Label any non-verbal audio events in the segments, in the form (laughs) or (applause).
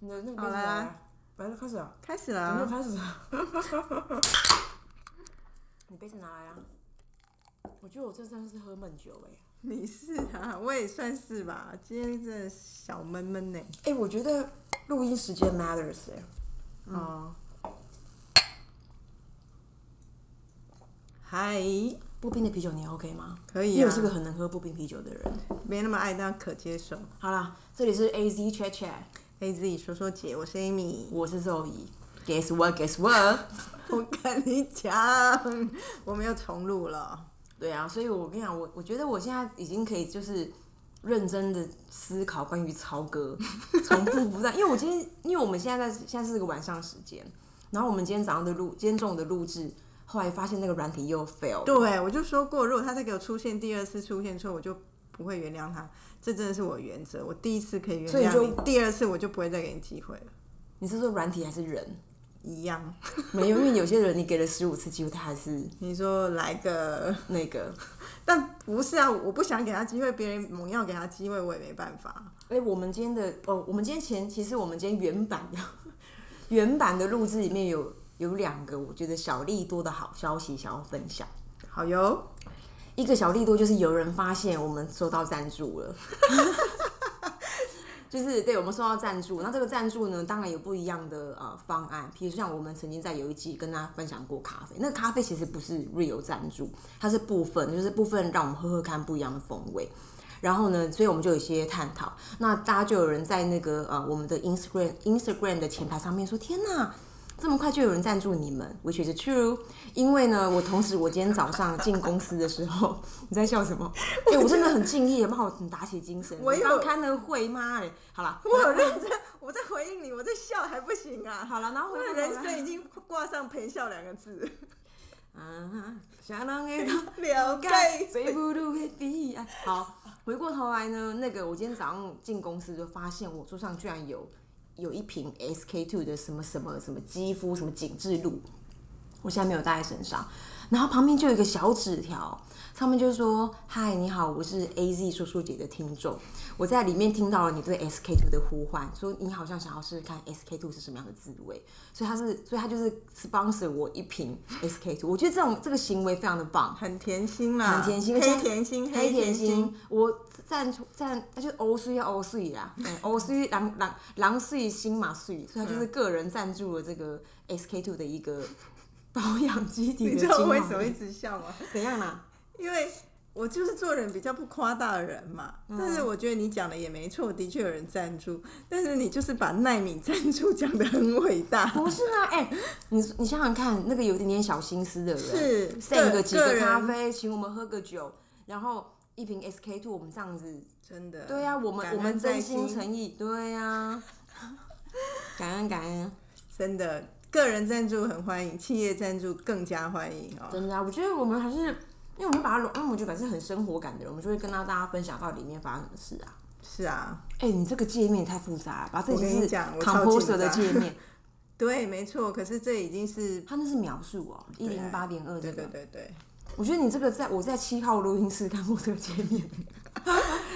你的那个好开始啦了，来了，开始了，开始你没有了。开始啊？ (laughs) 你杯子拿来啊！我觉得我这真的是喝闷酒哎、你是啊，我也算是吧。今天真的小闷闷呢。哎、我觉得录音时间 matters 哎、哦。嗨，步兵的啤酒你 OK 吗？可因以为啊我，是个很能喝步兵啤酒的人。没那么爱，但可接受。好啦，这里是 A Z Chat Chat， A Z 说说姐，我 (laughs) 是 Amy。我是肉姨。Guess what? Guess what? 我跟你讲，我们又重录了。对啊，所以我跟你讲，我我觉得我现在已经可以就是认真的思考关于超哥重复不断，因为我今天，因为我们现在在现在是个晚上时间，然后我们今天早上的录，今天中午的录制，后来发现那个软体又 fail，了对，我就说过，如果他再给我出现第二次出现错，我就不会原谅他。这真的是我原则，我第一次可以原所以你谅就你，第二次我就不会再给你机会了。你是说软体还是人？一样，没有，因为有些人你给了十五次机会，他还是你说来个，那个。但不是啊，我不想给他机会，别人猛要给他机会，我也没办法。哎、我们今天的哦，我们今天前其实我们今天原版的原版的录制里面有有两个我觉得小利多的好消息想要分享。好哟，一个小利多就是有人发现我们收到赞助了， (laughs) 就是对我们收到赞助。那这个赞助呢，当然有不一样的呃方案，比如像我们曾经在有一集跟大家分享过咖啡，那个咖啡其实不是 real 赞助，它是部分，就是部分让我们喝喝看不一样的风味。然后呢，所以我们就有一些探讨。那大家就有人在那个呃我们的 Instagram Instagram 的前台上面说：“天哪！”这么快就有人赞助你们，which is true。因为呢，我同时我今天早上进公司的时候， (laughs) 你在笑什么？哎、我真的很敬业，帮我打起精神。我有刚开了会，妈嘞！好啦，我有认真，我在回应你，我在笑还不行啊。好了，然后我回的来人生已经挂上陪笑两个字，啊，想当 (laughs) 爱到了该解。谁不如给比爱。好，回过头来呢，那个我今天早上进公司就发现我桌上居然有有一瓶 SK two 的什么什么什么肌肤什么紧致露，我现在没有带在身上。然后旁边就有一个小纸条，上面就说：“嗨，你好，我是 A Z 叔叔姐的听众，我在里面听到了你对 S K two 的呼唤，说你好像想要试试看 S K two 是什么样的滋味，所以他是，所以他就是 sponsor 我一瓶 S K two，我觉得这种这个行为非常的棒。”很甜心啦，很甜心，啊黑甜心，黑甜甜心。我赞出赞，他就欧碎啊欧碎 (laughs) 啦，欧碎狼狼狼碎心嘛碎，所以他就是个人赞助了这个 SK two 的一个保养基底 (laughs) 你的知精道华。我为什么一直笑吗？怎样啦？因为我就是做人比较不夸大的人嘛。但是我觉得你讲的也没错，的确有人赞助，但是你就是把奈米赞助讲的很伟大。不是啊，哎、你你想想看，那个有一点点小心思的人，是送个个几个人咖啡，请我们喝个酒，然后一瓶 SK two，我们这样子真的，对呀、啊我们感我们恩在真心心诚意，对呀、 (laughs) 感恩感恩，真的，个人赞助很欢迎，企业赞助更加欢迎哦。真的啊，我觉得我们还是，因为我们把它融，因为我觉得是很生活感的人，我们就会跟到大家分享到里面发生什么事啊。是啊，哎、你这个界面也太复杂了吧？这已我跟经你是讲我超紧 composer 张的界 (laughs) 面，对，没错。可是这已经是它那是描述哦，一零八点二这对个对。对对，我觉得你这个在我在七号录音室看过这个界 (laughs) 面，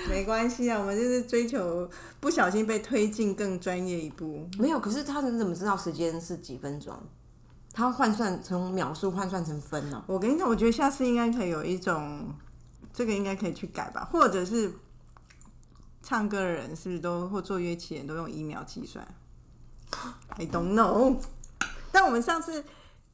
没关系啊，我们就是追求不小心被推进更专业一步。没有。可是他能怎么知道时间是几分钟？他换算从描述换算成分哦。我跟你讲，我觉得下次应该可以有一种，这个应该可以去改吧，或者是唱歌的人是不是都或做乐器的人都用一秒计算？I don't know。但 (laughs) 我们上次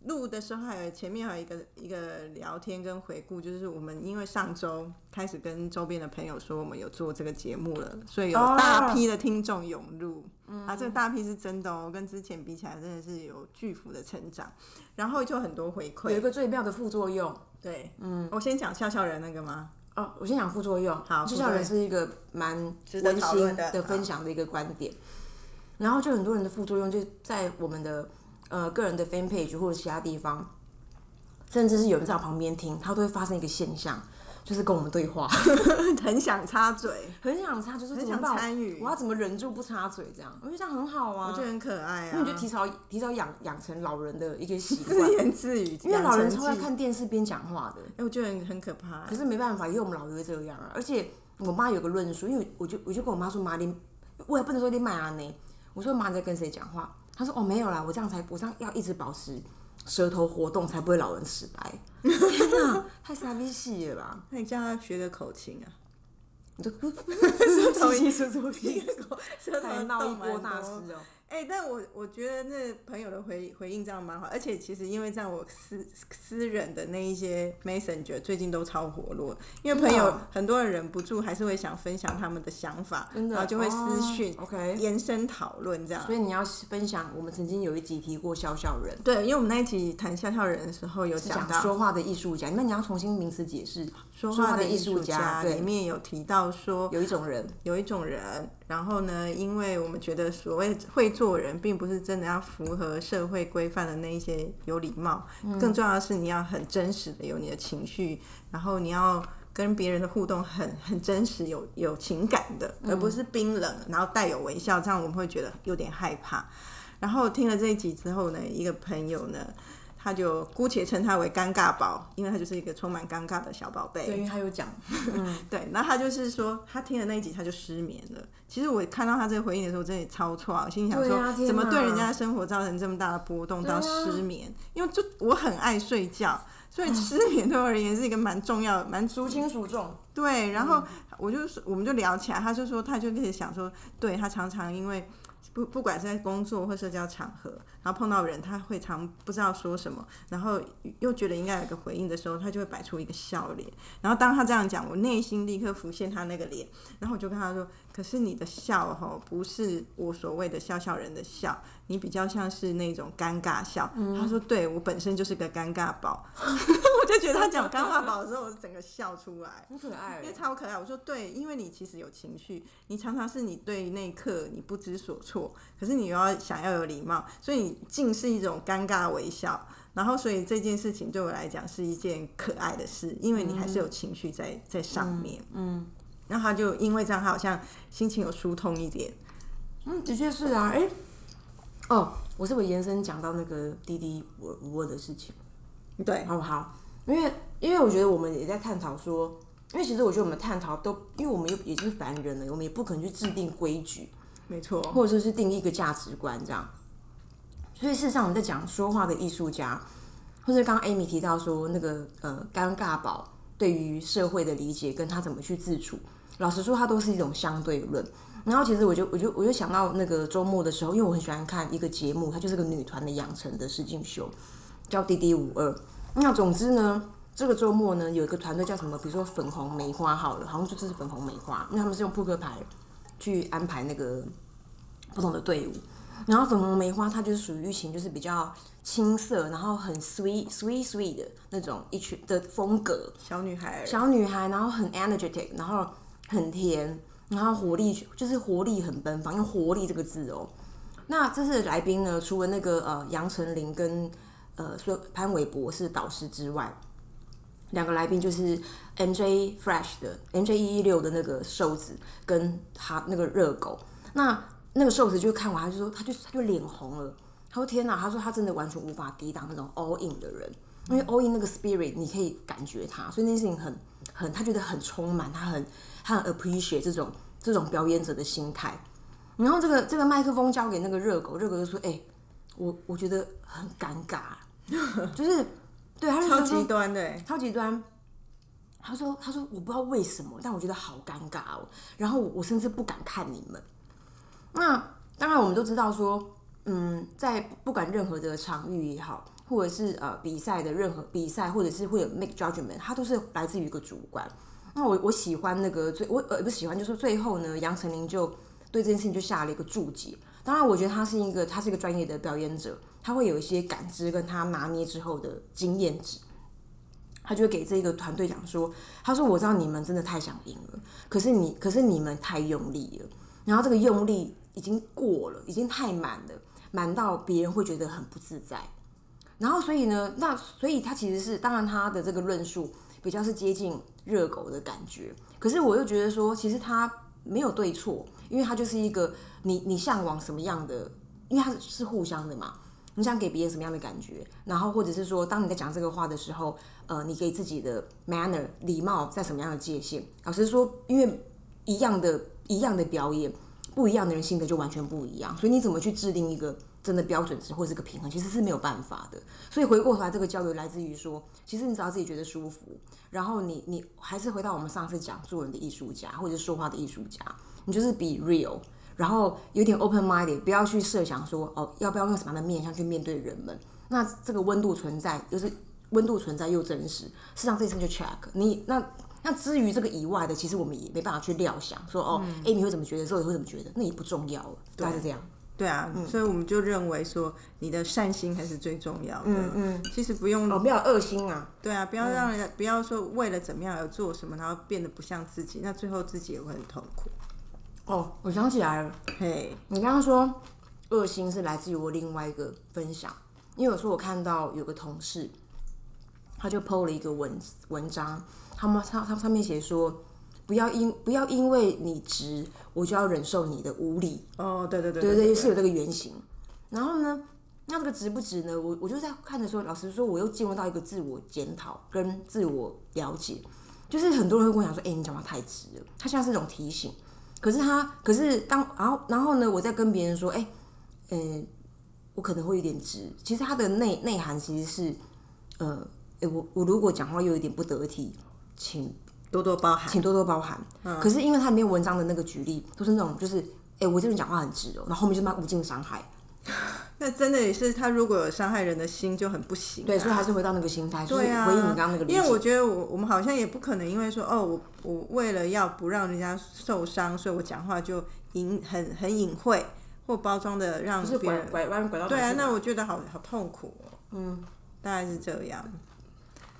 录的时候，还有前面还有一个一个聊天跟回顾，就是我们因为上周开始跟周边的朋友说我们有做这个节目了，所以有哦大批的听众涌入。啊，这个大批是真的哦，跟之前比起来真的是有巨幅的成长，然后就很多回馈有一。个最妙的副作用对，嗯，我先讲笑笑人那个吗？ (laughs) 哦，我先讲副作用。好就像人副是一个蛮值得温讨馨论的分享的一个观点。然后就很多人的副作用就在我们的呃个人的 fan page 或者其他地方，甚至是有人在我旁边听，他都会发生一个现象，就是跟我们对 (laughs) 话，很想插嘴，很想插，就是很怎么想办参与我要怎么忍住不插嘴这样？我觉得这样很好我啊，觉得很可爱因为啊你。就提早提早养养成老人的一个习 (laughs) 惯 (laughs) 自，言自语，因为老人养成超爱记，看电视边讲话的。哎，我觉得很很可怕可。是没办法，因为我们老就会这样啊。而且我妈有个论述，因为我就我就跟我妈说：“妈，你我也不能说你买啊呢。”我说妈，你在跟谁讲话？他说哦没有啦，我这样才我这样要一直保持舌头活动，才不会老人痴呆。天哪，太傻逼戏了吧！那你叫他学个口 (laughs) 琴啊，你就是同意是不 (laughs) 是？舌头才闹一动蛮 (laughs) 波大多事哦、哎、但我我觉得那朋友的回回应这样蛮好，而且其实因为这样，我私私人的那一些 messenger 最近都超活络，因为朋真的友哦很多人忍不住还是会想分享他们的想法，真的然后就会私讯、哦，OK 延伸讨论这样。所以你要分享，我们曾经有一集提过笑笑人，对，因为我们那一集谈笑笑人的时候有讲到说话的艺术家，那你要重新名词解释，说说话话的的艺艺术术家家对里面有提到说有一种人，有一种人，然后呢，因为我们觉得所谓会做人，并不是真的要符合社会规范的那一些有礼貌，更重要的是你要很真实的有你的情绪，然后你要跟别人的互动很很真实，有有情感的，而不是冰冷，然后带有微笑，这样我们会觉得有点害怕。然后听了这一集之后呢，一个朋友呢，他就姑且称他为尴尬宝，因为他就是一个充满尴尬的小宝贝。对，因为他有讲，对，然后他就是说，他听了那一集他就失眠了。其实我看到他这个回应的时候，我真的超错，我心里想对说，啊天怎么对人哪家的生活造成这么大的波动对到啊失眠？因为就我很爱睡觉，所以失眠对我而言是一个蛮重要、 (laughs) 蛮孰轻孰重，对，然后我就说，我们就聊起来，他就说，他就开始想说，对他常常因为不不管是在工作或社交场合，然后碰到人，他会常不知道说什么，然后又觉得应该有个回应的时候，他就会摆出一个笑脸。然后当他这样讲，我内心立刻浮现他那个脸，然后我就跟他说，可是你的笑吼不是我所谓的笑笑人的笑，你比较像是那种尴尬笑。他说，对我本身就是个尴尬宝， (laughs) 我就觉得他讲尴尬宝的时候，我整个笑出来。很可爱因为。超可爱。我说对，因为你其实有情绪，你常常是你对那一刻你不知所措，可是你又要想要有礼貌，所以你尽是一种尴尬微笑。然后，所以这件事情对我来讲是一件可爱的事，因为你还是有情绪在在上面。嗯，然后他就因为这样，他好像心情有疏通一点。嗯，的确是啊，哎、哦，我是不是延伸讲到那个滴滴我我的事情？对，好不好？因为因为我觉得我们也在探讨说，因为其实我觉得我们探讨都，因为我们又也是凡人了，我们也不可能去制定规矩，没错。或者是定义一个价值观这样。所以事实上，我们在讲说话的艺术家，或者刚刚 Amy 提到说那个呃尴尬宝对于社会的理解，跟他怎么去自处，老实说，它都是一种相对论。然后其实我就我就我就想到那个周末的时候，因为我很喜欢看一个节目，它就是个女团的养成的实境秀，叫《滴滴五二》。那总之呢，这个周末呢有一个团队叫什么，比如说粉红梅花好了，好像就这是粉红梅花，因为他们是用扑克牌去安排那个不同的队伍。然后粉红梅花它就是属于玉琴，就是比较青涩，然后很 sweet sweet sweet 的那种一群的风格。小女孩儿，小女孩，然后很 energetic，然后很甜，然后活力就是活力很奔放，用活力这个字哦。那这次的来宾呢，除了那个呃杨丞琳跟呃说潘玮柏是导师之外，两个来宾就是 MJ Fresh 的 MJ 一一六的那个瘦子跟他那个热狗。那那个瘦子就看完，他就说，他就他就脸红了。他说：“天哪！”他说：“他真的完全无法抵挡那种 all in 的人，因为 all in 那个 spirit 你可以感觉他，所以那件事情很很，他觉得很充满，他很他很 appreciate 这种这种表演者的心态。然后这个这个麦克风交给那个热狗，热狗就说：‘哎、我我觉得很尴尬， (laughs) 就是对，他就觉超得说极端的欸，超极端。他说：“他说我不知道为什么，但我觉得好尴尬哦。然后我我甚至不敢看你们。那当然，我们都知道说，嗯，在不管任何的场域也好，或者是呃比赛的任何比赛，或者是会有 make judgment，它都是来自于一个主观。那我我喜欢那个最我呃不是喜欢，就是最后呢，杨丞琳就对这件事情就下了一个注解。当然，我觉得他是一个他是一个专业的表演者，他会有一些感知跟他拿捏之后的经验值。他就会给这个团队讲说，他说我知道你们真的太想赢了，可是你可是你们太用力了，然后这个用力已经过了，已经太满了，满到别人会觉得很不自在。然后所以呢，那所以他其实是，当然他的这个论述比较是接近热狗的感觉，可是我又觉得说，其实他没有对错，因为他就是一个你你向往什么样的，因为它是互相的嘛。你想给别人什么样的感觉？然后或者是说，当你在讲这个话的时候，呃，你给自己的 manner 礼貌在什么样的界限？老实说，因为一样的一样的表演，不一样的人性格就完全不一样，所以你怎么去制定一个真的标准值或是一个平衡，其实是没有办法的。所以回过头来，这个交流来自于说，其实你只要自己觉得舒服，然后你你还是回到我们上次讲做人的艺术家或者说话的艺术家，你就是 be real，然后有点 open minded，不要去设想说哦要不要用什么样的面向去面对人们。那这个温度存在，就是温度存在又真实，事实上这一生就 check 你那。那至于这个以外的，其实我们也没办法去料想说哦，哎、你会怎么觉得，所以会怎么觉得，那也不重要了，大概是这样。对啊，所以我们就认为说，你的善心还是最重要的。嗯嗯，其实不用哦，不要有恶心啊，对啊，不要让人家、不要说为了怎么样而做什么，然后变得不像自己，那最后自己也会很痛苦。哦，我想起来了，嘿，你刚刚说恶心是来自于我另外一个分享，因为有时候我看到有个同事，他就 PO 了一个文文章，他们他他上面写说，不要因不要因为你直，我就要忍受你的无理，哦，对对对对对对，是有这个原型。然后呢，那这个值不值呢？我我就在看的时候，老实说，我又进入到一个自我检讨跟自我了解，就是很多人会跟我讲说，哎、你讲话太直了，它像是一种提醒。可是他，可是当然后然后呢，我在跟别人说，哎、嗯、我可能会有点直。其实它的内内涵其实是，呃，哎、我我如果讲话又有点不得体，请多多包涵。请多多包涵。可是因为它里面文章的那个举例都是那种，就是哎、诶我这个人讲话很直哦、然后后面就骂无尽伤害。那真的也是，他如果有伤害人的心就很不行、啊。对，所以还是回到那个心态，就是回对啊，应你刚刚那个逻辑。因为我觉得我我们好像也不可能，因为说哦，我我为了要不让人家受伤，所以我讲话就隐很很隐晦或包装的让就是别拐人。拐弯拐到哪对啊，去那我觉得好好痛苦哦。嗯，大概是这样。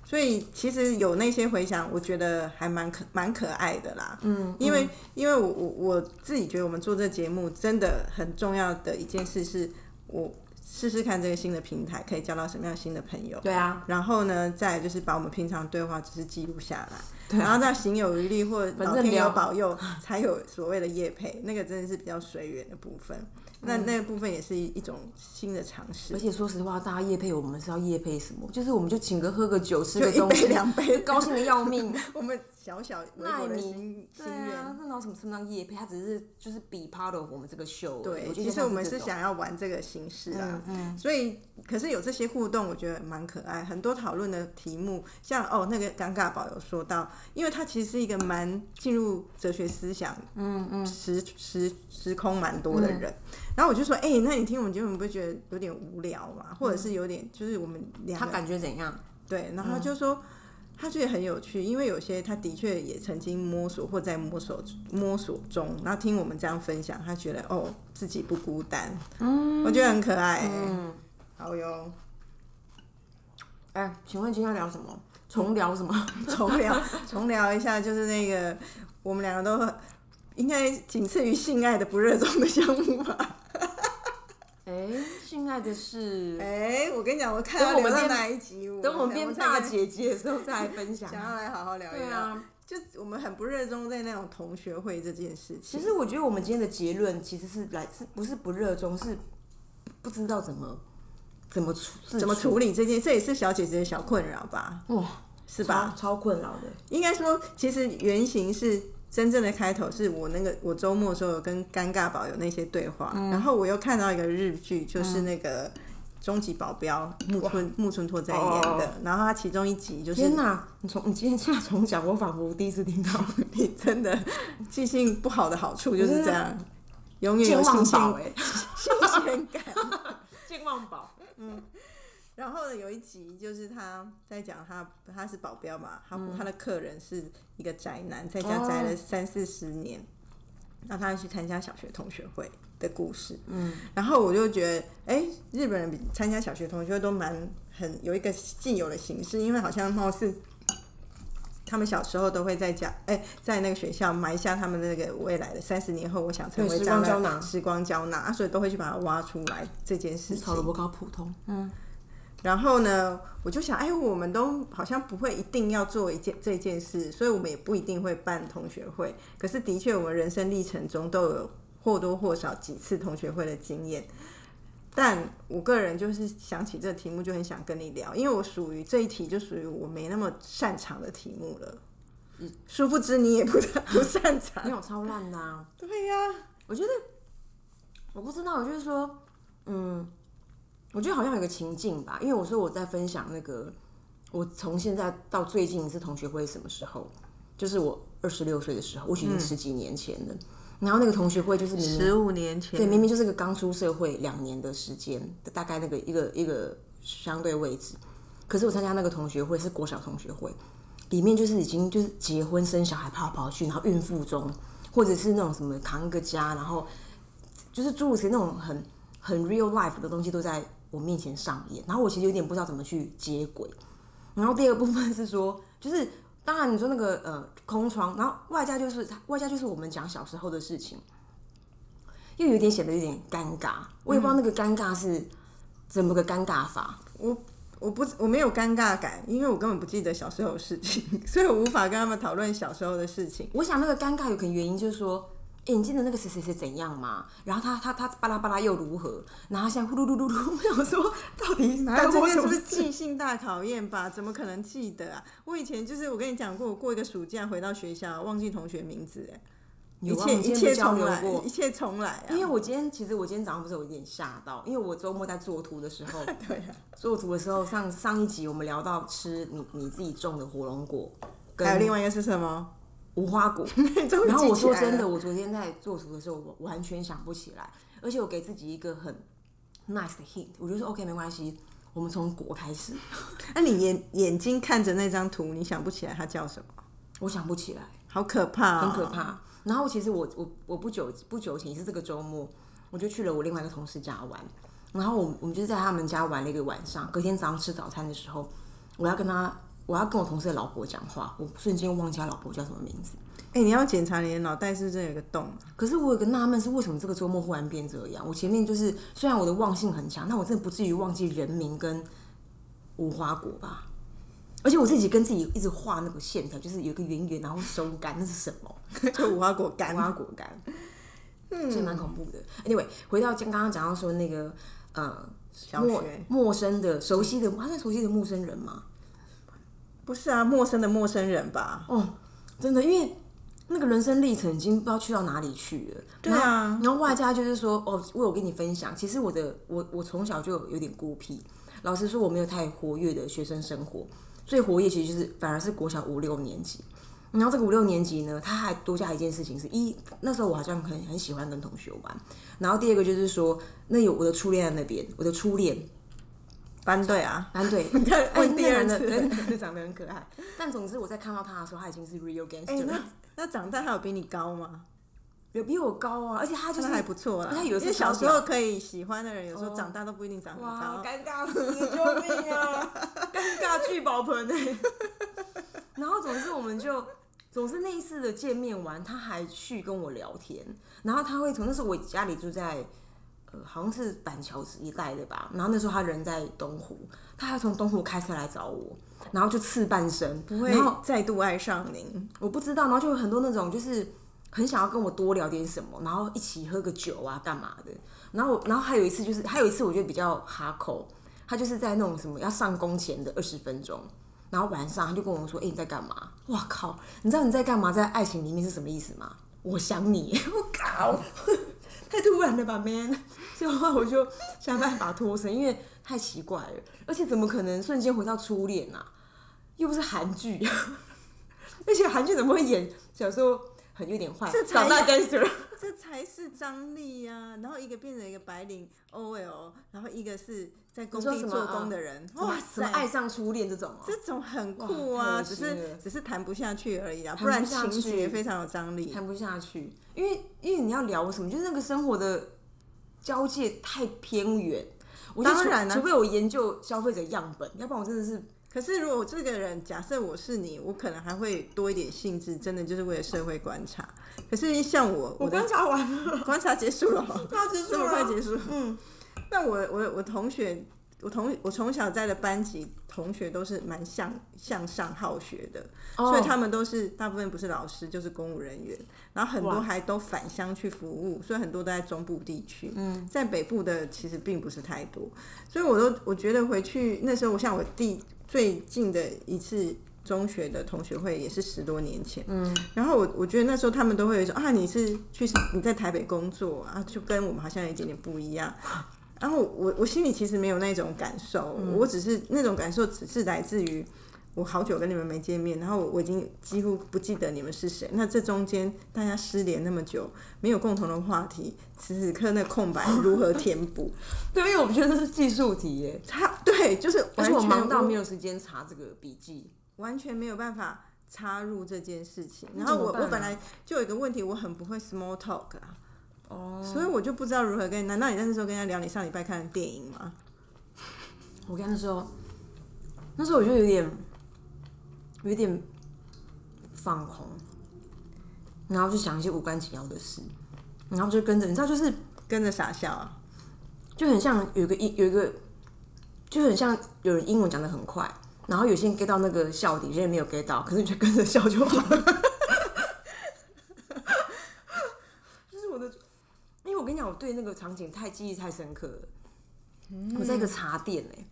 所以其实有那些回想，我觉得还蛮可蛮可爱的啦。嗯，因为因为我我我自己觉得我们做这节目真的很重要的一件事是，我试试看这个新的平台可以交到什么样新的朋友。对啊，然后呢，再来就是把我们平常对话只是记录下来，然后到行有余力或啊反老正天聊有保佑，才有所谓的业配，那个真的是比较随缘的部分。嗯那那个部分也是一种新的尝而试，且说实话，大家夜配我们是要夜配什么？就是我们就请个喝个酒，吃就个一东杯西，两杯，高兴的要命。 (laughs) 我们小小微纳薄的米心心 (laughs) 对啊愿。，那哪有什么称得上夜配？它只是就是比 part of 我们这个秀而已。对，我觉得其实像我们这是种嗯想要玩这个形式啊，所以可是有这些互动，我觉得蛮可爱。很多讨论的题目，像哦那个尴尬宝有说到，因为它其实是一个蛮进入哲学思想，嗯嗯，时时时空蛮多嗯的人。然后我就说，哎、那你听我们节目，你不会觉得有点无聊吗？或者是有点就是我们两他个感觉怎样？对，然后嗯他就说。他觉得很有趣，因为有些他的确也曾经摸索或在摸索摸索中，然后听我们这样分享，他觉得哦自己不孤单，嗯，我觉得很可爱、嗯，好哟，哎、请问今天要聊什么？重聊什 (laughs) 么？重聊重聊一下，就是那个我们两个都应该仅次于性爱的不热衷的项目吧？哎、性爱的事，哎、我跟你讲，我看等要我聊们到变哪一集，等我们才变才大跟姐姐的时候再来分享。想要来好好聊一对聊，啊，就我们很不热衷在那种同学会这件事情。其实我觉得我们今天的结论其实是来是不是不热衷，是不知道怎么怎么处自怎么处理这件，这也是小姐姐的小困扰吧，哇，是吧？超？超困扰的。应该说，其实原型是真正的开头，是我那个我周末的时候有跟尴尬宝有那些对话，嗯然后我又看到一个日剧，就是那个《终极保镖》木村木村拓哉演哦哦的，然后他其中一集就是天哪！你从你今天下重讲，我仿佛第一次听到。你真的记性不好的好处就是这样，永远健有新忘鲜宝哎，新鲜感。健忘宝。然后呢，有一集就是他在讲他他是保镖嘛，他、嗯他的客人是一个宅男，在家宅了三四十年，那他去参加小学同学会的故事。嗯，然后我就觉得，哎，日本人比参加小学同学会都蛮很有一个既有的形式，因为好像貌似。他们小时候都会在家，哎、在那个学校埋下他们的那个未来的三十年后，我想成为对时这样光胶的囊时光胶囊，啊，所以都会去把它挖出来这件事情。炒萝卜糕普通，然后呢，我就想，哎，我们都好像不会一定要做一件这件事，所以我们也不一定会办同学会。可是的确，我们人生历程中都有或多或少几次同学会的经验。但我个人就是想起这个题目，就很想跟你聊，因为我属于这一题就属于我没那么擅长的题目了。殊不知你也不不擅没长，有超烂的啊。对呀、我觉得我不知道，我就是说，嗯，我觉得好像有个情境吧，因为我说我在分享那个，我从现在到最近是同学会什么时候？就是我二十六岁的时候，我已经十几年前了。然后那个同学会就是明明十五年对，前，明明就是个刚出社会两年的时间，大概那个一个一个相对位置。可是我参加那个同学会是国小同学会，里面就是已经就是结婚生小孩跑来跑去，然后孕妇中，或者是那种什么扛个家，然后就是诸如此类那种很很 real life 的东西都在我面前上演。然后我其实有点不知道怎么去接轨。然后第二个部分是说，就是当然你说那个呃空窗，然后外加就是外加就是我们讲小时候的事情。又有点显得有点尴尬，我也不知道那个尴尬是怎么个尴尬法。我不我没有尴尬感，因为我根本不记得小时候的事情， (laughs) 所以我无法跟他们讨论小时候的事情。我想那个尴尬有可能原因就是说，哎、你记得那个谁谁谁怎样吗？然后他他他巴拉巴拉又如何？然后他现在呼噜噜噜噜，我想说到底还哪有有啊这我什个是么不是事？记性大考验吧？怎么可能记得啊？我以前就是我跟你讲过，我过一个暑假回到学校，忘记同学名字，哎，你一忘了切你今一天没切交重流来过，一。切重来啊！因为我今天其实我今天早上不是有一点吓到，因为我周末在做图的时候， (laughs) 对啊，做图的时候上上一集我们聊到吃你你自己种的火龙果还有跟另外一个是什么？ (laughs) 无花果，终于然后记我起说来真了的，，我昨天在做图的时候，我完全想不起来，而且我给自己一个很 nice 的 hint，我就说 OK 没关系，我们从果开始。那、你眼眼睛看着那张图，你想不起来它叫什么？我想不起来，好可怕、哦很可。怕。然后其实我我我不久不久前也是这个周末，我就去了我另外一个同事家玩，然后我我们就在他们家玩了一个晚上。隔天早上吃早餐的时候，我要跟他我要跟我同事的老婆讲话，我瞬间忘记他老婆叫什么名字。哎、你要检查你的脑袋是不是真的有个洞？啊可是我有个纳闷是，为什么这个周末忽然变这样？我前面就是虽然我的忘性很强，但我真的不至于忘记人名跟无花果吧？而且我自己跟自己一直画那个线条，就是有一个圆圆，然后收干，那是什么？ (laughs) 就无花果干无。花果干，嗯，所以蛮恐怖的。Anyway，回到刚刚讲到说那个呃，小陌学陌生的、熟悉的，他算熟悉的陌生人吗？不是啊，陌生的陌生人吧？哦，真的，因为那个人生历程已经不知道去到哪里去了。对啊然后然后外加就是说，哦，我有跟你分享，其实我的我我从小就有有点孤僻，老实说我没有太活跃的学生生活，最活跃其实就是反而是国小五六年级。然后这个五六年级呢，他还多加一件事情是，一那时候我好像很很喜欢跟同学玩，然后第二个就是说，那有我的初恋在那边，我的初恋，班队啊，啊对， (laughs) 你看哎问第二那次。男的， (laughs) 男的长得很可爱，但总之我在看到他的时候，他已经是 real 哎、 gangster 了。那那长大还有比你高吗？有比我高啊，而且他就真是的还不错啦。他有的因时候为小时超候可以喜欢的人，有时候哦长大都不一定长很哇，高。尴尬死了，救命哦 (laughs) 啊！尴尬聚宝盆哎、 (laughs) 然后总之我们就，总之那一次的见面完，他还去跟我聊天，然后他会从那时候我家里住在。呃，好像是板桥一带的吧，然后那时候他人在东湖，他还从东湖开车来找我，然后就刺半身，不会然后再度爱上您，我不知道，然后就有很多那种就是很想要跟我多聊点什么，然后一起喝个酒啊，干嘛的。然后我，然后还有一次就是，还有一次我觉得比较哈口，他就是在那种什么要上工前的二十分钟，然后晚上他就跟我说：“哎、你在干嘛？”哇靠！你知道你在干嘛在爱情里面是什么意思吗？我想你， (laughs) 我靠，太突然了吧，man！所以后来我就想办法脱身，因为太奇怪了，而且怎么可能瞬间回到初恋啊？又不是韩剧，而且韩剧怎么会演小时候很有点坏，这才长大 gangster？这才是张力呀、啊。然后一个变成一个白领 OL，然然后一个是在工你地说什么做工的人，哦哇哇，什么塞！爱上初恋这种、哦？这种很哇酷太啊，恶只心了是只是谈不下去而已啊，谈不不然下情去节非常有张力。谈不下去，因为因为你要聊什么，就是那个生活的交界太偏远。我就当除然啊除非我研究消费者样本，要不然我真的是可是如果这个人，假设我是你，我可能还会多一点兴致，真的就是为了社会观察。可是像我，我的察完了，观察结束了哦， (laughs) 他只这么快结束？嗯，那我我我同学，我同我从小在的班级同学都是蛮向向上好学的，哦所以他们都是大部分不是老师就是公务人员，然后很多哇还都返乡去服务，所以很多都在中部地区。嗯，在北部的其实并不是太多，所以我都我觉得回去那时候，我像我弟最近的一次中学的同学会也是十多年前，嗯，然后我我觉得那时候他们都会说啊，你是去你在台北工作啊，就跟我们好像有一点点不一样。 (laughs) 然后我我心里其实没有那种感受，嗯我只是那种感受只是来自于我好久跟你们没见面，然后我已经几乎不记得你们是谁。那这中间大家失联那么久，没有共同的话题，此时此刻那空白如何填补？ (laughs) 对，因为我觉得这是技术题耶，他对，就是而完且全我忙到无没有时间查这个笔记。完全没有办法插入这件事情。那然怎后么我、办啊我本来就有一个问题，我很不会 small talk 啊，哦，所以我就不知道如何跟。难道你那时候跟他聊你上礼拜看的电影吗？我跟他说，那时候我就有点有点放空，然后就想一些无关紧要的事，然后就跟着，你知道，就是跟着傻笑啊？就很像有一个英有一个，就很像有人英文讲的很快，然后有些人 get 到那个笑点，有些人没有 get 到，可是你就跟着笑就好了。 (laughs) 就是我的，因为我跟你讲，我对那个场景太记忆太深刻了。我在一个嗯茶店哎、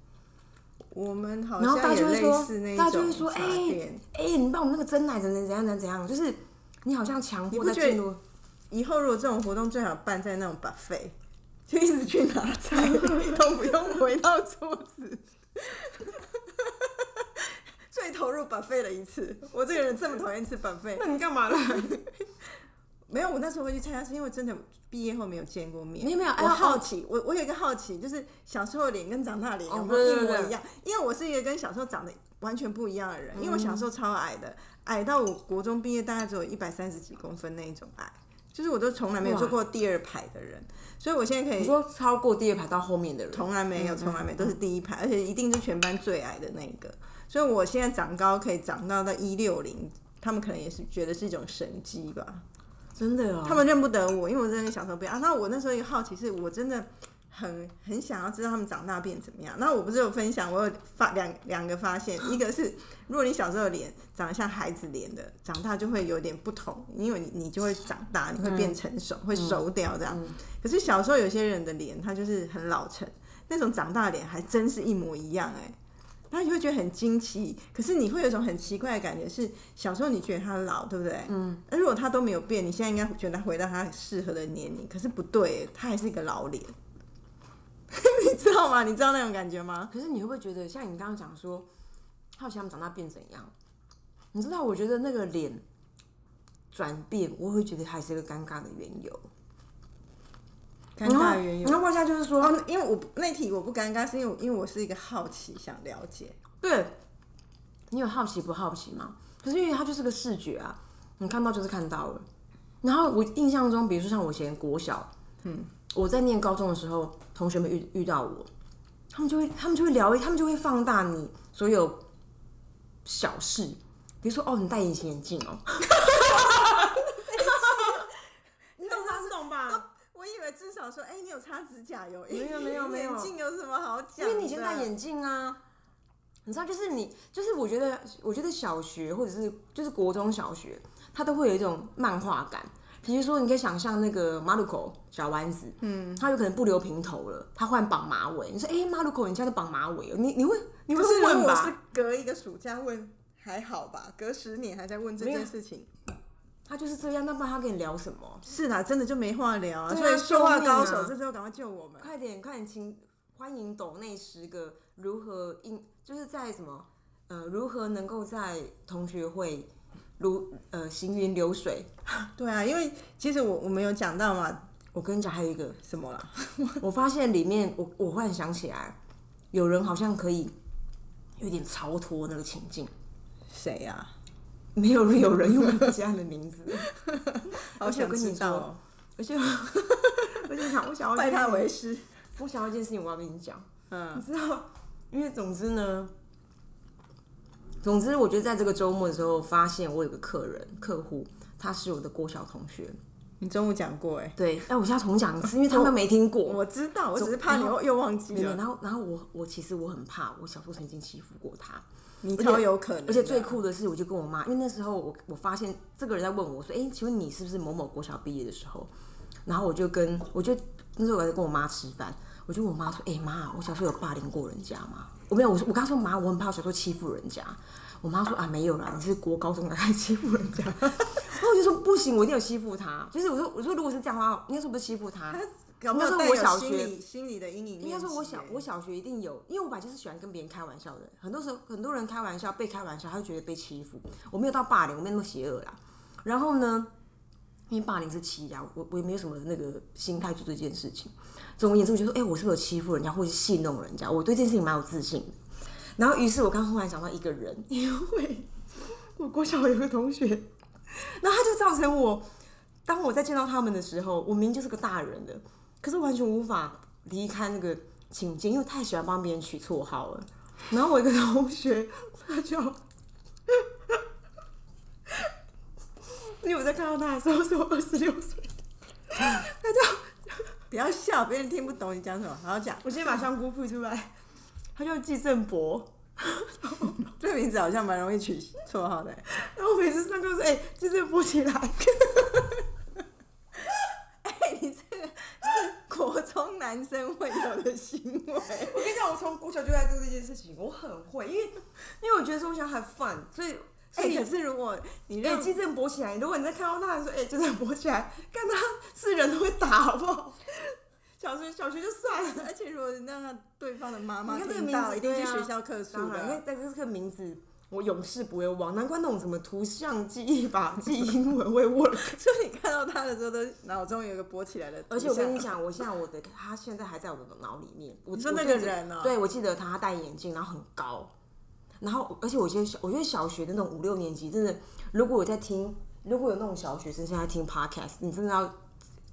我们好然后大像家也就会说类似那一大家就会种说茶哎店。哎、你帮我们那个蒸奶怎么怎样怎样怎样，就是你好像强迫在你不觉得进入，以后如果这种活动最好办在那种 buffet，就一直去拿菜，都不用回到桌子。 (laughs) 最投入 buffet 的一次，我这个人这么讨厌吃 buffet，那你干嘛了？没有，我那时候会去参加，是因为真的毕业后没有见过面。你有没有哎我好奇，我我有一个好奇，就是小时候的脸跟长大的脸哦有没有一对对模对一样？因为我是一个跟小时候长得完全不一样的嗯人，因为我小时候超矮的，矮到我国中毕业大概只有一百三十几公分那一种矮，就是我都从来没有哇坐过第二排的人，所以我现在 (laughs) 可你以说超过第二排到后面的人，从来没有，从来没有，都是第一排，而且一定是全班最矮的那一个。所以我现在长高可以长到到一六零，他们可能也是觉得是一种神迹吧。真的哦，他们认不得我，因为我真的跟小时候不一样。那我那时候也好奇是，我真的很很想要知道他们长大变怎么样。那我不是有分享，我有发两两个发现，一个是如果你小时候的脸长得像孩子脸的，长大就会有点不同，因为你你就会长大，你会变成熟，会熟掉这样。可是小时候有些人的脸，他就是很老成，那种长大的脸还真是一模一样哎、然后你会觉得很惊奇，可是你会有一种很奇怪的感觉是，小时候你觉得他老，对不对？嗯。那如果他都没有变，你现在应该觉得他回到他适合的年龄，可是不对，他还是一个老脸， (laughs) 你知道吗？你知道那种感觉吗？可是你会不会觉得，像你刚刚讲说，好奇他们长大变怎样？你知道，我觉得那个脸转变，我会觉得还是一个尴尬的缘由。尴尬的缘由。然后外加就是说，哦，因为我不那题我不尴尬，是因为我因为我是一个好奇想了解，对你有好奇不好奇吗？可是因为它就是个视觉啊，你看到就是看到了。然后我印象中，比如说像我以前国小，嗯，我在念高中的时候，同学们遇遇到我，他们就会他们就会聊，他们就会放大你所有小事，比如说哦，你戴隐形眼镜 (laughs) 哦，你懂吧？是懂吧？我以为至少说，哎、你有擦指甲油？没有没有没有眼镜有什么好因讲的？为你以前戴眼镜啊，你知道，就是你，就是我觉得，我觉得小学或者是就是国中小学，它都会有一种漫画感。比如说，你可以想象那个马鲁口小丸子，嗯，他有可能不留平头了，他换绑马尾。你说，哎、马鲁口，你现在都绑马尾哦，你你会你可会是问我吧是？隔一个暑假问，还好吧？隔十年还在问这没有件事情，他就是这样，那不然他跟你聊什么？是啦，真的就没话聊啊。对啊所以说话高救命手，啊这时候赶快救我们。快点，快点，请欢迎抖内十个如何应，就是在什么呃，如何能够在同学会如呃行云流水。对啊，因为其实我我们有讲到嘛，我跟你讲，还有一个，什么啦？我发现里面我我忽然想起来，有人好像可以有点超脱那个情境。谁啊呀、没有人有人用人家的名字，好想知道哦、而且而且 (laughs) 想我想要拜他为师。我想要一件事情，我要跟你讲，嗯你知道，因为总之呢，总之我觉得在这个周末的时候，发现我有个客人客户，他是我的郭小同学，你中午讲过哎、对，哎，我现在重讲一次，因为他们没听过，我知道，我只是怕哦你然又又忘记没有，了。然后然后我我其实我很怕，我小时候曾经欺负过他，你而且超有可能的，啊而且最酷的是，我就跟我妈，因为那时候我我发现这个人在问我说：“哎、请问你是不是某某国小毕业的时候？”然后我就跟我就那时候我还在跟我妈吃饭，我就问我妈说：“哎、妈，我小时候有霸凌过人家吗？”我没有，我说我跟她说妈，我很怕我小时候欺负人家。我妈说啊，没有啦，你是国高中才开始欺负人家。然后我就说不行，我一定有欺负他。就是我说我说如果是这样的话，应该说不是欺负他，有应该没有说带我有小心学理心理的阴影面积应耶？该说，我小我小学一定有，因为我本来就是喜欢跟别人开玩笑的人。很多时候，很多人开玩笑被开玩笑，他就觉得被欺负。我没有到霸凌，我没那么邪恶啦。然后呢，因为霸凌是欺压，我我也没有什么那个心态做这件事情。总而言之，我就说，哎、我是不是有欺负人家，或是戏弄人家？我对这件事情蛮有自信的。然后，于是我刚忽然想到一个人，因为我国小有个同学，然后他就造成我，当我在见到他们的时候，我明明就是个大人了，可是完全无法离开那个情境，因为太喜欢帮别人取绰号了。然后我一个同学，他就，因为我在看到他的时候是我二十六岁，不要笑，别人听不懂你讲什么。好好讲，我先把香菇吐出来，他叫季正博。这名字好像蛮容易取绰号的。欸然后我每次上课说：“哎、季正博起来。 (laughs) 哎你这个是国中男生会有的行为。”我跟你讲，我从国小就在做这件事情，我很会，因为因为我觉得说我想 have fun，所以哎、所以你可是如果你哎、让、欸，基正勃起来！如果你在看到他的时候，哎、欸，基正勃起来，看他是人都会打，好不好？小学小学就算了，而且如果你让他对方的妈妈你看这个听名到，字一定去对啊学校客诉当然，因为的。但是这个名字我永世不会忘，难怪那种什么图像记忆法、记英文会 work。 (laughs) 所以你看到他的时候，都脑中有一个勃起来的图而像。且我跟你讲，我现在我的他现在还在我的脑里面。我你说我那对个这人哦对，我记得他戴眼镜，然后很高，然后而且我觉得小，我觉得小学的那种五六年级，真的，如果我在听，如果有那种小学生现在听 podcast，你真的要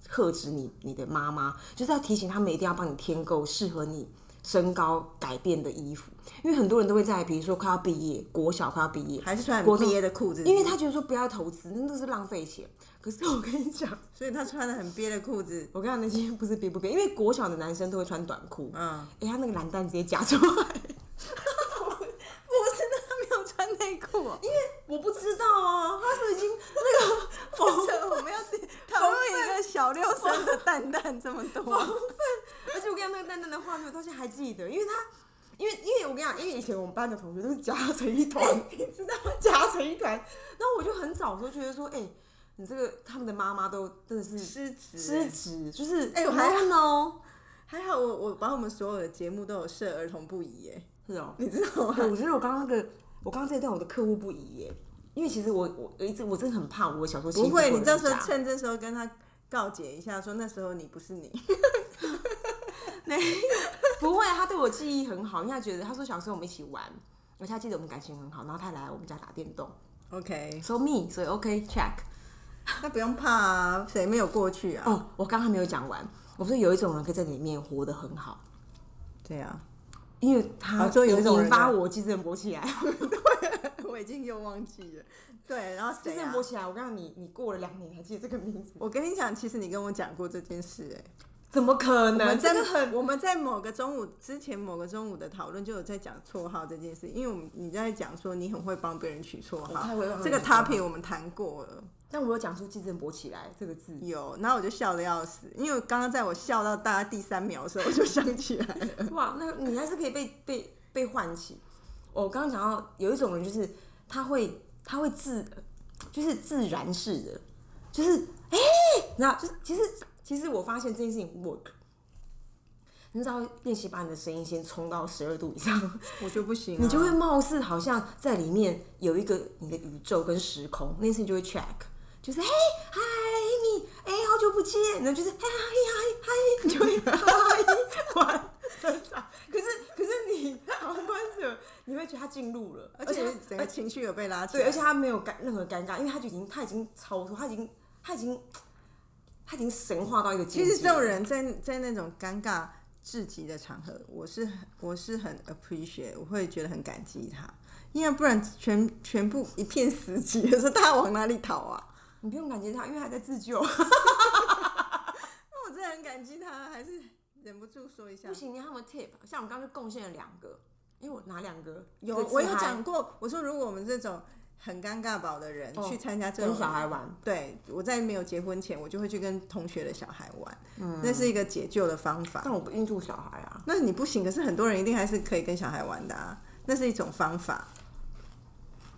呵止你你的妈妈，就是要提醒他们一定要帮你添购适合你身高改变的衣服，因为很多人都会在比如说快要毕业，国小快要毕业，还是穿国很中憋的裤子，因为他觉得说不要投资，那都是浪费钱。可是我跟你讲，所以他穿的很憋的裤子，我跟你讲那些不是憋不憋，因为国小的男生都会穿短裤，嗯，哎、他那个蓝蛋直接夹出来，不是他没有穿内裤、哦，因为我不知道啊，他是已经那个不是我们要讨论一个小六生的蛋蛋这么 (laughs) 多，而且我跟你讲，那个蛋蛋的画面，我到现在还记得，因为他，因为因为我跟你讲，因为以前我们班的同学都是夹成一团， (laughs) 你知道夹成一团。然后我就很早的时候觉得说，哎、你这个他们的妈妈都真的是失职失职，就是哎我还 no no，还好我我把我们所有的节目都有设儿童不宜耶，是哦、你知道吗？对我觉得我刚刚那个，我刚刚这一段我的客户不宜耶，因为其实我我我一直我真的很怕我小时候欺负不会，过你到人时候家 (laughs) 趁这时候跟他告解一下，说那时候你不是你，不会，他对我记忆很好，因为他觉得他说小时候我们一起玩，而且他记得我们感情很好，然后他来我们家打电动 OK， ，so me，所以 OK check。那不用怕啊，谁没有过去啊？哦，我刚刚还没有讲完，我说有一种人可以在里面活得很好，对啊，因为他哦就有一种人引发我精神勃起来， (laughs) 我已经又忘记了。对，然后 (laughs) 精谁神啊勃？起来。我告诉你，你过了两年还记得这个名字，我跟你讲，其实你跟我讲过这件事、哎，怎么可我能？们啊这在个很我们在某个中午之前，某个中午的讨论就有在讲绰号这件事，因为我们你在讲说你很会帮别人取绰我太会帮别人号，这个取绰号 topic 我们谈过了，但我有讲出“精神勃起来”这个字，有，然后我就笑的要死，因为刚刚在我笑到大家第三秒的时候，我就想起来 (laughs) 了，哇，那你还是可以被被被唤起。我刚刚讲到有一种人，就是他会他会自就是自然式的，就是哎、你知道，就是其实其实我发现这件事情 work。你知道练习把你的声音先冲到十二度以上，我就不行、你就会啊貌似好像在里面有一个你的宇宙跟时空，那件事情就会 check，就是嘿嗨 Amy，哎、好久不见，然后就是嗨嗨嗨，你就会嗨完整场。可是可是你旁观者，你会觉得他进入了，而且他整个情绪有被拉起对，来。而且他没有尴任何尴尬，因为他就已经他已经超脱，他已经他已经他已经神化到一个其境界。实这种人在在那种尴尬至极的场合，我是很我是很 appreciate，我会觉得很感激他，因为不然全全部一片死寂的时候，大家往哪里逃啊？ (laughs) 你不用感激他，因为他在自救。那哦我真的很感激他，还是忍不住说一下不。行，你要他们 tip，像我们刚刚就贡献了两个，因为我哪两个？有一个自我有嗨讲过，我说如果我们这种很尴尬宝的人、哦去参加这跟种小孩玩，对，我在没有结婚前，我就会去跟同学的小孩玩，嗯那是一个解救的方法。但我不应付小孩啊。那你不行，可是很多人一定还是可以跟小孩玩的啊，那是一种方法。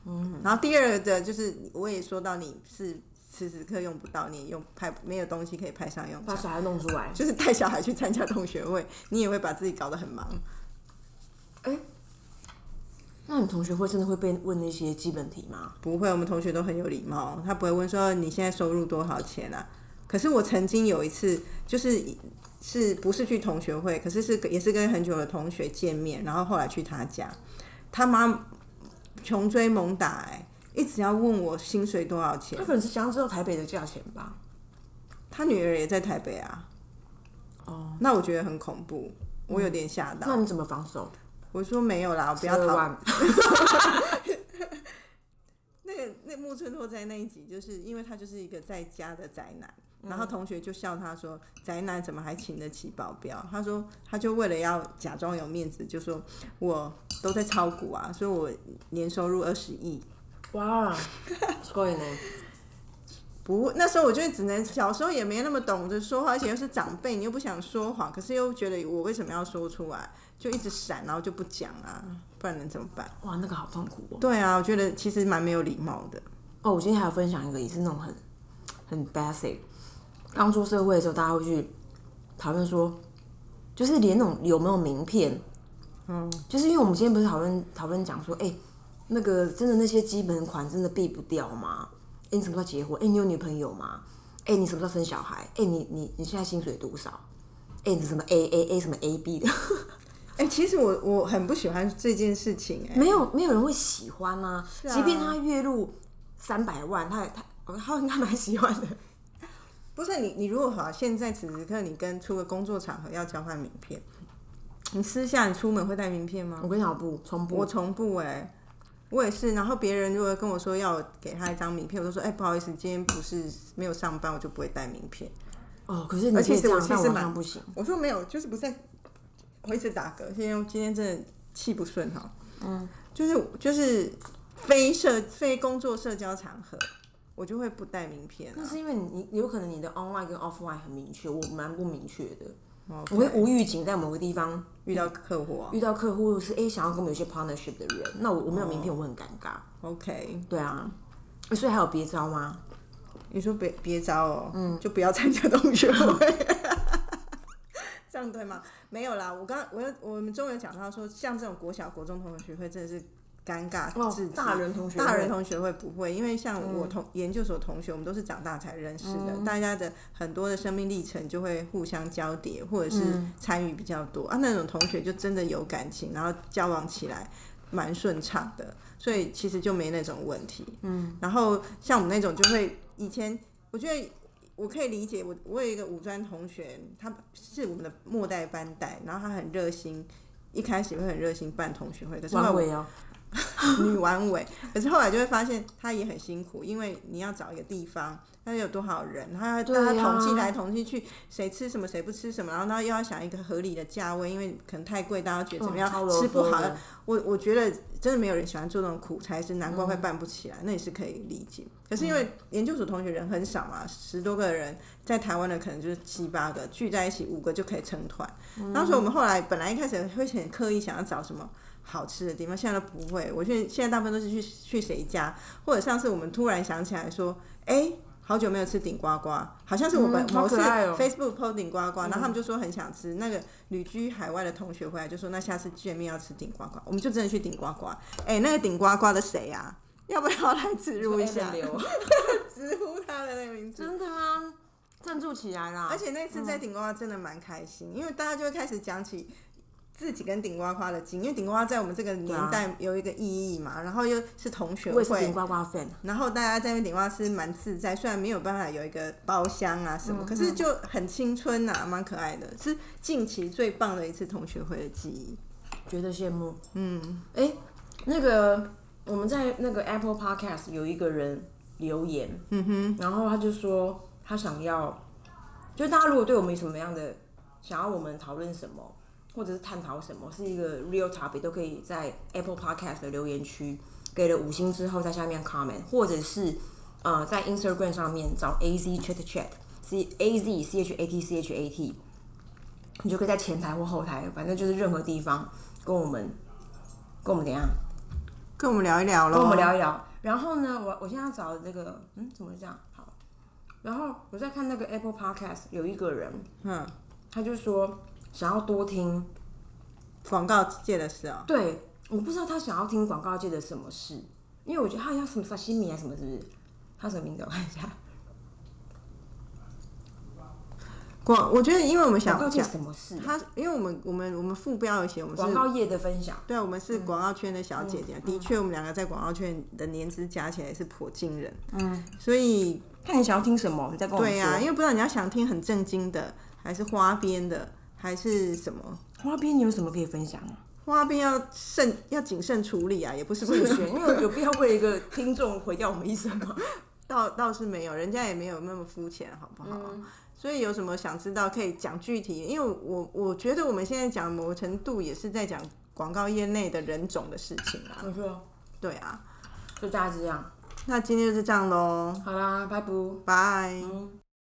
嗯，然后第二个就是我也说到，你是时时刻用不到，你也用派没有东西可以派上用把场，小孩弄出来，就是带小孩去参加同学会，你也会把自己搞得很忙。那你同学会真的会被问那些基本题吗？不会，我们同学都很有礼貌，他不会问说哦你现在收入多少钱啊。可是我曾经有一次，就是是不是去同学会，可是是也是跟很久的同学见面，然后后来去他家，他妈穷追猛打、欸，一直要问我薪水多少钱他。可能是想要知道台北的价钱吧。他女儿也在台北啊，哦，那我觉得很恐怖，我有点吓到。那你怎么防守？我说没有啦，我不要12讨万那个那木村拓哉那一集，就是因为他就是一个在家的宅男，然后同学就笑他说：“宅男怎么还请得起保镖？”他说：“他就为了要假装有面子，就说我都在炒股啊，所以我年收入二十亿。哇， (laughs) 所以呢，”不，那时候我就只能小时候也没那么懂得说话，而且又是长辈，你又不想说谎，可是又觉得我为什么要说出来，就一直闪，然后就不讲啊，不然能怎么办？哇，那个好痛苦哦。对啊，我觉得其实蛮没有礼貌的。哦，我今天还有分享一个，也是那种很很 basic。刚出社会的时候，大家会去讨论说，就是连那种有没有名片，嗯，就是因为我们今天不是讨论讨论讲说，哎、那个真的那些基本款真的避不掉吗？哎、你什么时候结婚？哎、你有女朋友吗？哎、你什么时候生小孩？哎、你你你现在薪水多少？哎、你什么 A A A 什么 A B 的， (laughs) 哎、其实我我很不喜欢这件事情、哎。没有没有人会喜欢啊，啊即便他月入三百万，他也他哦他应该蛮喜欢的。不是你，你如果好，现在此时此刻你跟出个工作场合要交换名片，你私下你出门会带名片吗我？跟你讲不重我播，从不哎、我也是。然后别人如果跟我说要我给他一张名片，我就说哎、不好意思，今天不是没有上班，我就不会带名片。哦，可是你而可以且这我样，其但实我好蛮像不行。我说没有，就是不在，我一直打嗝，因为今天真的气不顺哈。嗯，就是就是非社非工作社交场合，我就会不带名片、啊那。是因为你你有可能你的 online 跟 offline 很明确，我蛮不明确的。 OK 我会无预警在某个地方哦遇到客户啊遇到客户是哎、诶想要跟我们有些 partnership 的人，那我我没有名片我会很尴尬。 ，OK。对啊，所以还有别招吗？你说别别招哦，嗯，就不要参加同 (laughs) 学会， (laughs) 这样对吗？没有啦，我刚我有我们中午有讲到说，像这种国小国中同学会真的是尴尬哦至极。大人同学会嗯大人同学会不会，因为像我同、研究所同学，我们都是长大才认识的，大家的很多的生命历程就会互相交叠，或者是嗯参与比较多、啊。那种同学就真的有感情，然后交往起来蛮顺畅的，所以其实就没那种问题。嗯，然后像我们那种就会以前，我觉得。我可以理解，我我有一个五专同学，他是我们的末代班代，然后他很热心，一开始会很热心办同学会，可是后来王我伟哦，女玩尾，可是后来就会发现她也很辛苦，因为你要找一个地方，那有多少人，然后对啊大家统计来统计去，谁吃什么谁不吃什么，然后她又要想一个合理的价位，因为可能太贵，大家觉嗯得怎么样、哦超吃不好。的，我我觉得真的没有人喜欢做那种苦差事，难怪嗯会办不起来，那也是可以理解。可是因为研究所同学人很少嘛，十多个人，在台湾的可能就是七八个，聚在一起五个就可以成团。嗯当时我们后来本来一开始会很刻意想要找什么。好吃的地方现在都不会，我现现在大部分都是去去谁家，或者上次我们突然想起来说，哎、好久没有吃顶呱呱，好像是我们嗯好某次可爱哦 Facebook PO 顶呱呱，然后他们就说很想吃。那个旅居海外的同学回来就说，那下次见面要吃顶呱呱，我们就真的去顶呱呱。哎、那个顶呱呱的谁啊？ (laughs) 要不要来植入一下？直呼他的那个名字。 (laughs) 真的啊，赞助起来啦！而且那次嗯在顶呱呱真的蛮开心，因为大家就会开始讲起自己跟顶呱呱的经，因为顶呱呱在我们这个年代有一个意义嘛，然后又是同学啊我也是顶会。呱呱 fan，然后大家在那边顶呱呱是蛮自在，虽然没有办法有一个包厢啊什么，可是就很青春呐、蛮可爱的，是近期最棒的一次同学会的记忆。觉得羡慕。嗯，哎、那个我们在那个 Apple Podcast 有一个人留言，嗯哼，然后他就说他想要，就大家如果对我们有什么样的想要我们讨论什么，或者是探讨什么，是一个 real topic，都可以在 Apple Podcast 的留言区给了五星之后，在下面 comment，或者是呃在 Instagram 上面找 A Z Chat Chat C A Z C H A T C H A T，你就可以在前台或后台，反正就是任何地方跟我们跟我们怎样，跟我们聊一聊喽。跟我们聊一聊。然后呢，我我现在要找这个，嗯，怎么会这样？好，然后我在看那个 Apple Podcast，有一个人，嗯，他就说想要多听广告界的事哦、对，我不知道他想要听广告界的什么事，因为我觉得他要什么沙西米啊什么，是不是？他什么名字？我看一 (laughs) 下，广，我觉得因为我们想广告界讲什么事？他，因为我们我们我们副标有写我们广是。告业的分享，对啊，我们是广告圈的小姐姐，的确，我们两个在广告圈的年资加起来也是颇惊人。嗯，所以看你想要听什么，你再跟我们对呀、说。因为不知道你要想听很正经的，还是花边的，还是什么？花边你有什么可以分享啊？花边要慎，要谨慎处理啊，也不是不不行。 (laughs) 选，因为有必要为一个听众毁掉我们一生吗？ (laughs) 倒倒是没有，人家也没有那么肤浅，好不好？所以有什么想知道可以讲具体，因为我我觉得我们现在讲某程度也是在讲广告业内的人种的事情啊，我说，对啊。就大家这样。那今天就是这样喽，好啦，拜拜。拜。嗯